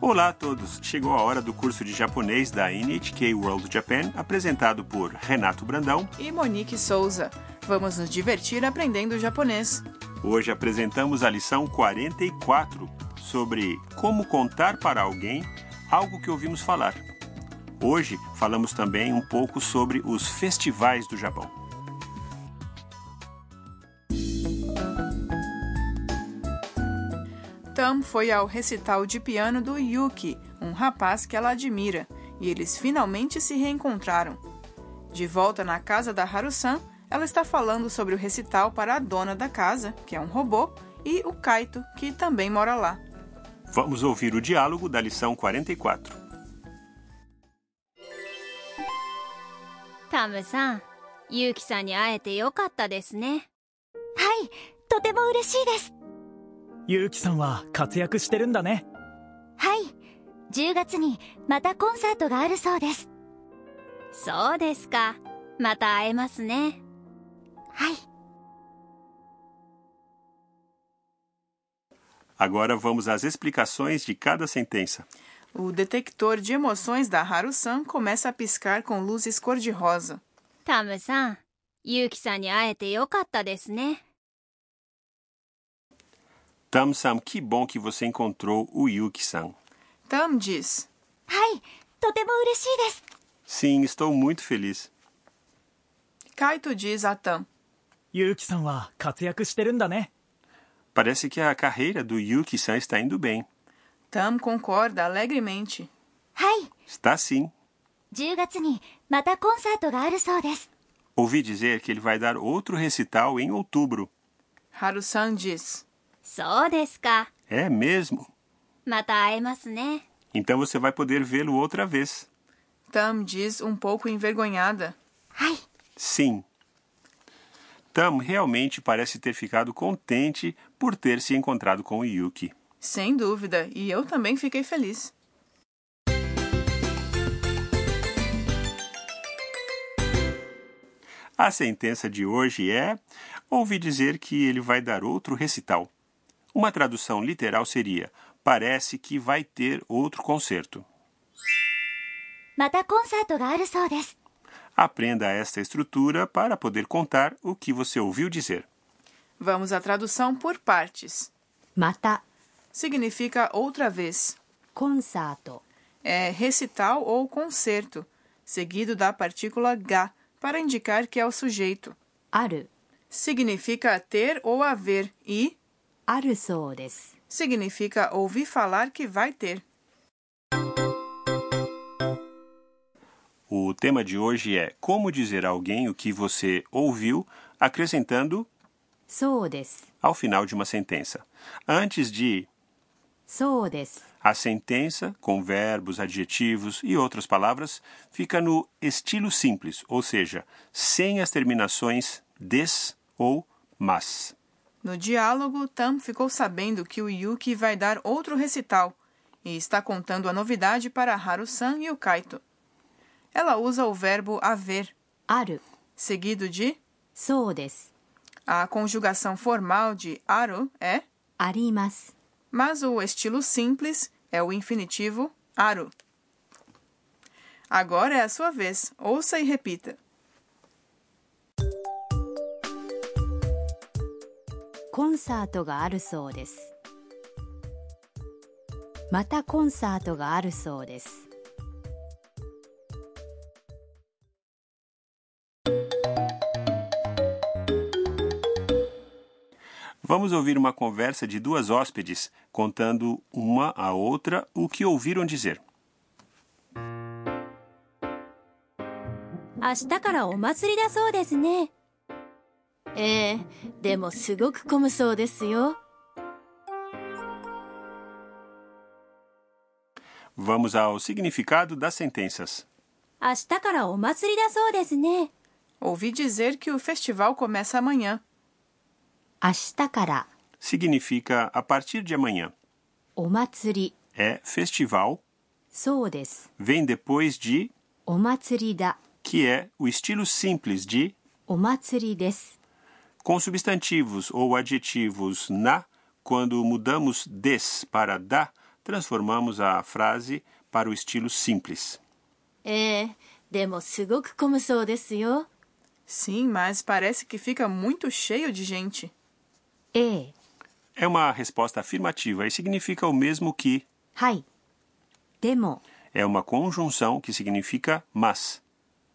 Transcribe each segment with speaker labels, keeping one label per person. Speaker 1: Olá a todos! Chegou a hora do curso de japonês da NHK World Japan, apresentado por Renato Brandão.
Speaker 2: E Monique Souza. Vamos nos divertir aprendendo japonês.
Speaker 1: Hoje apresentamos a lição 44 sobre como contar para alguém algo que ouvimos falar. Hoje falamos também um pouco sobre os festivais do Japão.
Speaker 2: Tam foi ao recital de piano do Yuki, um rapaz que ela admira, e eles finalmente se reencontraram. De volta na casa da Harusan, ela está falando sobre o recital para a dona da casa, que é um robô, e o Kaito, que também mora lá.
Speaker 1: Vamos ouvir o diálogo da lição 44.
Speaker 3: タムさん、ユウキさんに会えてよかったですね。
Speaker 4: はい、とても嬉しいです。
Speaker 5: ゆうきさんは活躍してるんだね。
Speaker 4: はい、10月にまたコンサートがあるそうです。
Speaker 3: そうですか。また会えますね。
Speaker 4: はい、
Speaker 1: Agora vamos às explicações de cada sentença.
Speaker 2: O detector de emoções da Harusan começa a piscar com luzes cor-de-rosa.
Speaker 3: タムさん、ユウキさんに会えてよかったですね。
Speaker 1: Tam-sam, que bom que você encontrou o Yuki-san.
Speaker 2: Tam diz:
Speaker 4: はい、とても嬉しいです。
Speaker 1: Sim, estou muito feliz.
Speaker 2: Kaito diz a Tam.
Speaker 5: ゆうきさんは活躍してるんだね。
Speaker 1: Parece que a carreira do Yuki-san está indo bem.
Speaker 2: Tam concorda alegremente.
Speaker 4: はい、
Speaker 1: Está sim.
Speaker 4: 10月にまたコンサートがあるそうです。
Speaker 1: Ouvi dizer que ele vai dar outro recital em outubro.
Speaker 2: Harusan diz:
Speaker 3: そうですか。
Speaker 1: É mesmo?
Speaker 3: また会えますね。
Speaker 1: Então você vai poder vê-lo outra vez.
Speaker 2: Tam diz um pouco envergonhada.
Speaker 4: はい、
Speaker 1: Sim. Tam realmente parece ter ficado contente por ter se encontrado com o Yuki.
Speaker 2: Sem dúvida, e eu também fiquei feliz.
Speaker 1: A sentença de hoje é: ouvi dizer que ele vai dar outro recital. Uma tradução literal seria: parece que vai ter outro concerto.
Speaker 4: またコンサートがあるそうです。
Speaker 1: Aprenda esta estrutura para poder contar o que você ouviu dizer.
Speaker 2: Vamos à tradução por partes.
Speaker 6: また
Speaker 2: Significa outra vez.
Speaker 6: コンサート
Speaker 2: É recital ou concerto, seguido da partícula ga para indicar que é o sujeito.
Speaker 6: ある
Speaker 2: Significa ter ou haver e
Speaker 6: あるそうです
Speaker 2: significa ouvir falar que vai ter.
Speaker 1: O tema de hoje é como dizer a alguém o que você ouviu, acrescentando
Speaker 6: そうです
Speaker 1: ao final de uma sentença. Antes de
Speaker 6: そうです
Speaker 1: A sentença, com verbos, adjetivos e outras palavras, fica no estilo simples, ou seja, sem as terminações des ou mas.
Speaker 2: No diálogo, Tam ficou sabendo que o Yuki vai dar outro recital e está contando a novidade para Haru-san e o Kaito. Ela usa o verbo haver,
Speaker 6: ある
Speaker 2: seguido de
Speaker 6: そうです
Speaker 2: a conjugação formal de aru é,
Speaker 6: あります
Speaker 2: mas o estilo simples é o infinitivo aru. Agora é a sua vez. Ouça e repita.
Speaker 6: コンサートがあるそうですまたコンサートがあるそうです
Speaker 1: Vamos ouvir uma conversa de duas hóspedes, contando uma à outra o que ouviram dizer.
Speaker 4: 明日からお祭りだそうですね。ええ、でもすごく混むそうですよ。
Speaker 1: Vamos ao significado das sentenças.
Speaker 4: 明日からお祭りだそうですね。
Speaker 2: Ouvi dizer que o festival começa amanhã.
Speaker 6: 明日から
Speaker 1: Significa a partir de amanhã.
Speaker 6: お祭り
Speaker 1: É festival,
Speaker 6: そうです
Speaker 1: vem depois de,
Speaker 6: お祭りだ
Speaker 1: que é o estilo simples de
Speaker 6: お祭りです
Speaker 1: com substantivos ou adjetivos na, quando mudamos des para da, transformamos a frase para o estilo simples.
Speaker 4: ええでもすごく混むそうですよ
Speaker 2: Sim, mas parece que fica muito cheio de gente.
Speaker 6: A
Speaker 1: É uma resposta afirmativa e significa o mesmo que
Speaker 6: はいでも
Speaker 1: é uma conjunção que significa mas,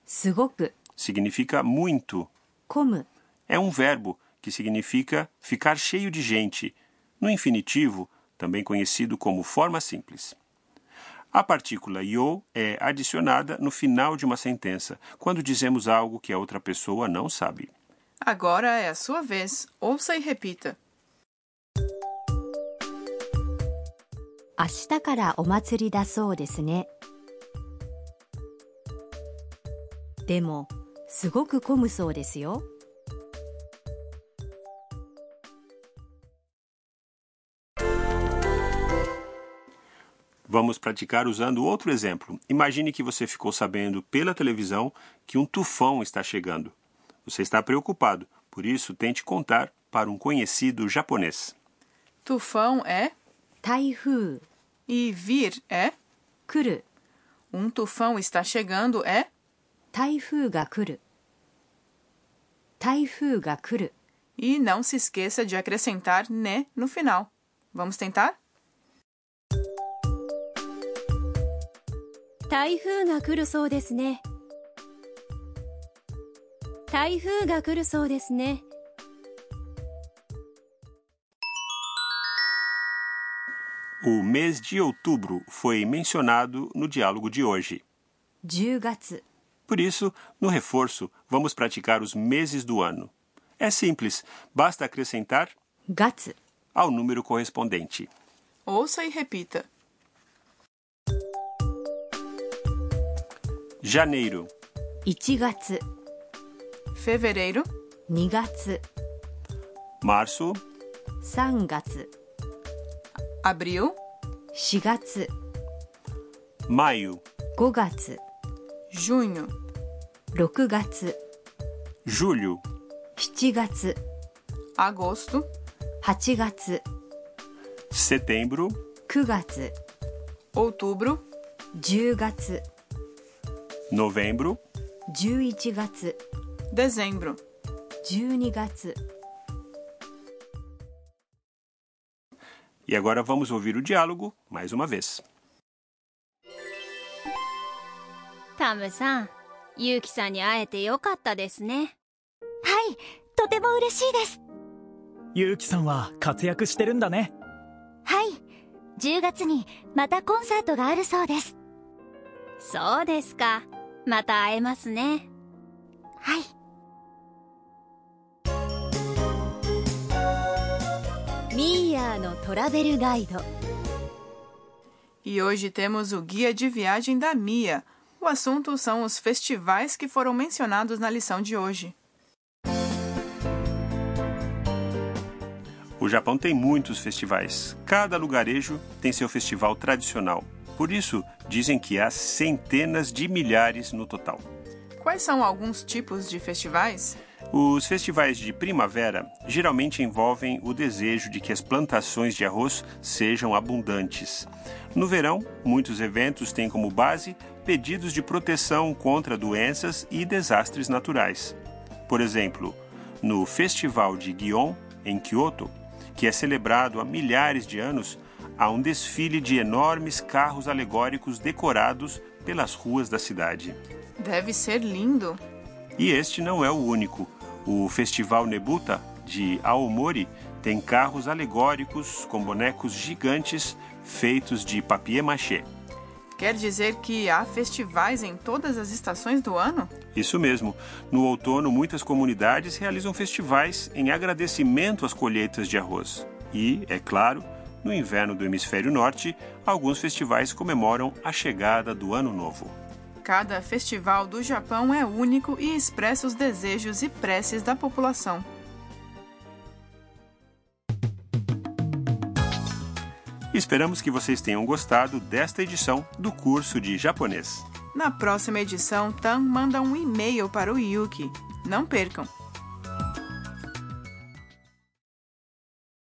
Speaker 6: すごく
Speaker 1: significa muito.
Speaker 6: 混む
Speaker 1: É um verbo que significa ficar cheio de gente, no infinitivo, também conhecido como forma simples. A partícula yo é adicionada no final de uma sentença, quando dizemos algo que a outra pessoa não sabe.
Speaker 2: Agora é a sua vez. Ouça e repita.
Speaker 6: 明日からお祭りだそうですねでもすごく混むそうですよ
Speaker 1: Vamos praticar usando outro exemplo. Imagine que você ficou sabendo pela televisão que um tufão está chegando. Você está preocupado, por isso tente contar para um conhecido japonês.
Speaker 2: Tufão é
Speaker 6: 台風
Speaker 2: e vir é.
Speaker 6: 来る
Speaker 2: Um tufão está chegando é.
Speaker 6: 台風が来る台風が来る
Speaker 2: E não se esqueça de acrescentar né no final. Vamos tentar?
Speaker 4: 台風が来るそうですね台風が来るそうですね
Speaker 1: O mês de outubro foi mencionado no diálogo de hoje.
Speaker 6: 10月
Speaker 1: Por isso, no reforço, vamos praticar os meses do ano. É simples, basta acrescentar
Speaker 6: 月
Speaker 1: ao número correspondente.
Speaker 2: Ouça e repita.
Speaker 1: Janeiro,
Speaker 6: 1月
Speaker 2: Fevereiro,
Speaker 6: 2月
Speaker 1: março,
Speaker 6: 3月
Speaker 2: abril,
Speaker 6: 4月
Speaker 1: maio,
Speaker 6: 5月
Speaker 2: junho,
Speaker 6: 6月
Speaker 1: julho,
Speaker 6: 7月
Speaker 2: agosto,
Speaker 6: 8月
Speaker 1: setembro,
Speaker 6: 9月
Speaker 2: outubro,
Speaker 6: 10月
Speaker 1: novembro,
Speaker 6: 11月
Speaker 2: dezembro.
Speaker 6: 12月
Speaker 1: E agora vamos ouvir o diálogo mais uma vez.
Speaker 3: タムさんユウキさんに会えてよかったですね
Speaker 7: はい、とても嬉しいです。
Speaker 5: ゆうきさんは活躍してるんだね。
Speaker 7: はい、10月にまたコンサートがあるそうです。
Speaker 3: そうですかまた会えますね
Speaker 7: はい。
Speaker 4: ミーヤーのトラベルガイド
Speaker 2: E hoje temos o guia de viagem da Mia. O assunto são os festivais que foram mencionados na lição de hoje.
Speaker 1: O Japão tem muitos festivais. Cada lugarejo tem seu festival tradicional. Por isso, dizem que há centenas de milhares no total.
Speaker 2: Quais são alguns tipos de festivais?
Speaker 1: Os festivais de primavera geralmente envolvem o desejo de que as plantações de arroz sejam abundantes. No verão, muitos eventos têm como base pedidos de proteção contra doenças e desastres naturais. Por exemplo, no Festival de Gion, em Kyoto, que é celebrado há milhares de anos, há um desfile de enormes carros alegóricos decorados pelas ruas da cidade.
Speaker 2: Deve ser lindo.
Speaker 1: E este não é o único. O Festival Nebuta, de Aomori, tem carros alegóricos com bonecos gigantes feitos de papier-mâché.
Speaker 2: Quer dizer que há festivais em todas as estações do ano?
Speaker 1: Isso mesmo. No outono, muitas comunidades realizam festivais em agradecimento às colheitas de arroz. E, é claro, no inverno do hemisfério norte, alguns festivais comemoram a chegada do ano novo.
Speaker 2: Cada festival do Japão é único e expressa os desejos e preces da população.
Speaker 1: Esperamos que vocês tenham gostado desta edição do curso de japonês.
Speaker 2: Na próxima edição, Tan manda um e-mail para o Yuki. Não percam!